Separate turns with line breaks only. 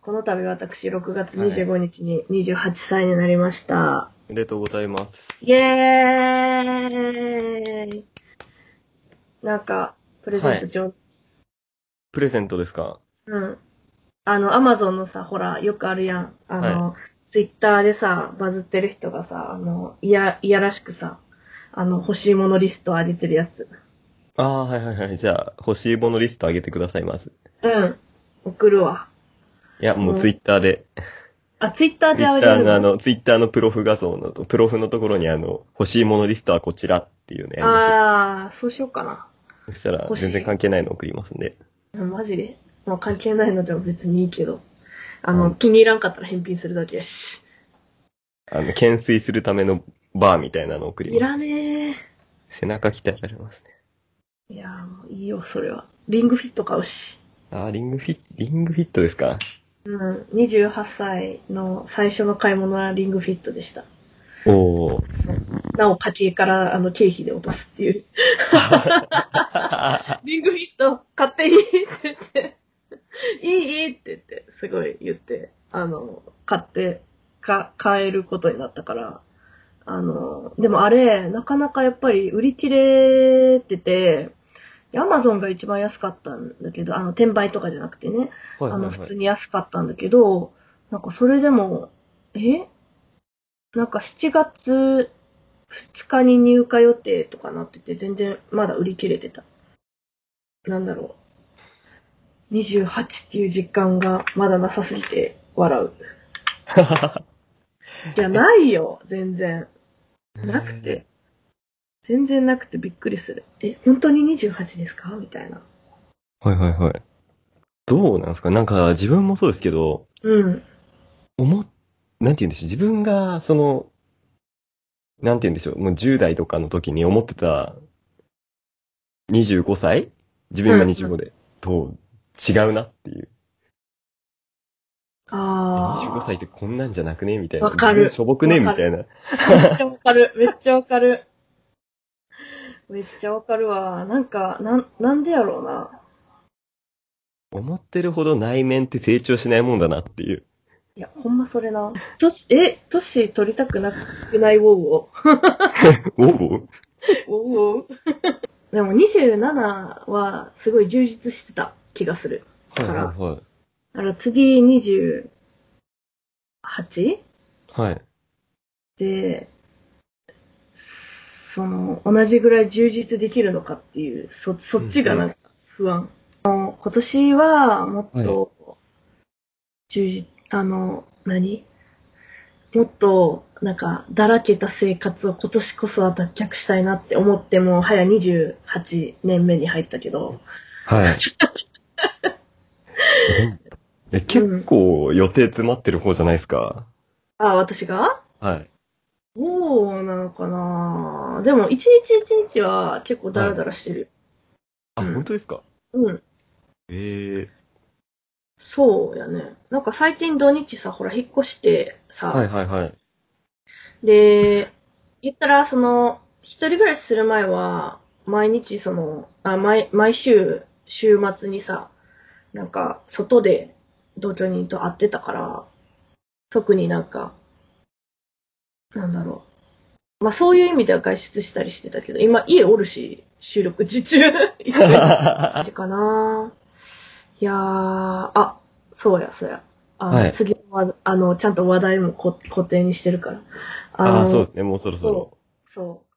この度私、6月25日に28歳になりました。
おめでとうございます。
イエーイなんか、プレゼント上、
プレゼントですか
うん。あの、アマゾンのさ、ほら、よくあるやん。あの、ツイッターでさ、バズってる人がさ、あの、いや、いやらしくさ、あの、欲しいものリストを上げてるやつ。
ああ、はいはいはい。じゃあ、欲しいものリスト上げてください、まず。
うん。送るわ。
いや、も
うん
うツイッターで。
あ、ツイッター
ツイ
で上げ
ッ
て
ター
る
のあ
の
の、ツイッターのプロフ画像のと、プロフのところにあの、欲しいものリストはこちらっていうね。
ああー、そうしようかな。
そしたら、
欲しい
全然関係ないの送りますんで。
うんマジでまあ関係ないのでも別にいいけど。あ
う
の、
ん
気に入らんかったら返品するだけやし。
あの、懸垂するためのバーみたいなの送ります。
いらね
背中鍛えられます
え。
ね。
いやーもういいよ、それは。リングフィット買うし。
あーリングフィット、リングフィットですか
うん。28歳の最初の買い物はリングフィットでした。
おお。
そうなお、家計から、あの、経費で落とすっていう。リングフィット買っていいって言って、いいいいって言って、すごい言って、あの、買って、か、買えることになったから、あの、でもあれ、なかなかやっぱり売り切れてて、アマゾンが一番安かったんだけど、あの、転売とかじゃなくてね、
はい
あ
はいは
の、
い
普通に安かったんだけど、なんかそれでも、えなんか7月2日に入荷予定とかなってて、全然まだ売り切れてた。なんだろう。28っていう実感がまだなさすぎて笑う。いや、ないよ、全然。 なくて。全然なくてびっくりする。え、本当に28ですかみたいな。
はいはいはい。どうなんですかなんか自分もそうですけど、
うん。
思っ、なんて言うんでしょう。自分が、その、なんて言うんでしょう。もう10代とかの時に思ってた、25歳自分が25で、と違うなっていう。
ああ。
25歳ってこんなんじゃなくねみたいな。
わかる
自分しょぼくねみ
わか
た
る
いな。
めっちゃわか る。めっちゃわかる。めっちゃわかるわ。なんか、なん、なんでやろうな。
思ってるほど内面って成長しないもんだなっていう。
いや、ほんまそれな。都市、え、都市取りたくなくないウォーウ
おお
ォー。ウォーウォー。 でも27はすごい充実してた気がする。
はいはいはい。
だから次 28?
はい。
で、その、同じぐらい充実できるのかっていう、そ、そっちがなんか不安。あの今年はもっと、充実、あの、何もっと、なんか、だらけた生活を今年こそは脱却したいなって思っても、早28年目に入ったけど、
はい。え、結構予定詰まってる方じゃないですか。
あ、私が
はい。
そうなのかなでも、一日一日は結構ダラダラしてる。
あ、
うん
本当ですか
うん。
ええ
そうやね。なんか最近土日さ、ほら、引っ越してさ、
はいはいはい。
で、言ったら、その、一人暮らしする前は、毎日その、あ、毎、毎週、週末にさ、なんか、外で同居人と会ってたから、特になんか、なんだろう。まあそういう意味では外出したりしてたけど、今家おるし、収録時 中、一緒に感じかな。いやー、あ、そうや、そうや。あの
はい
次のわあの、ちゃんと話題もこ固定にしてるから。
ああ、そう
で
ですね。もうそろそろ。
そう。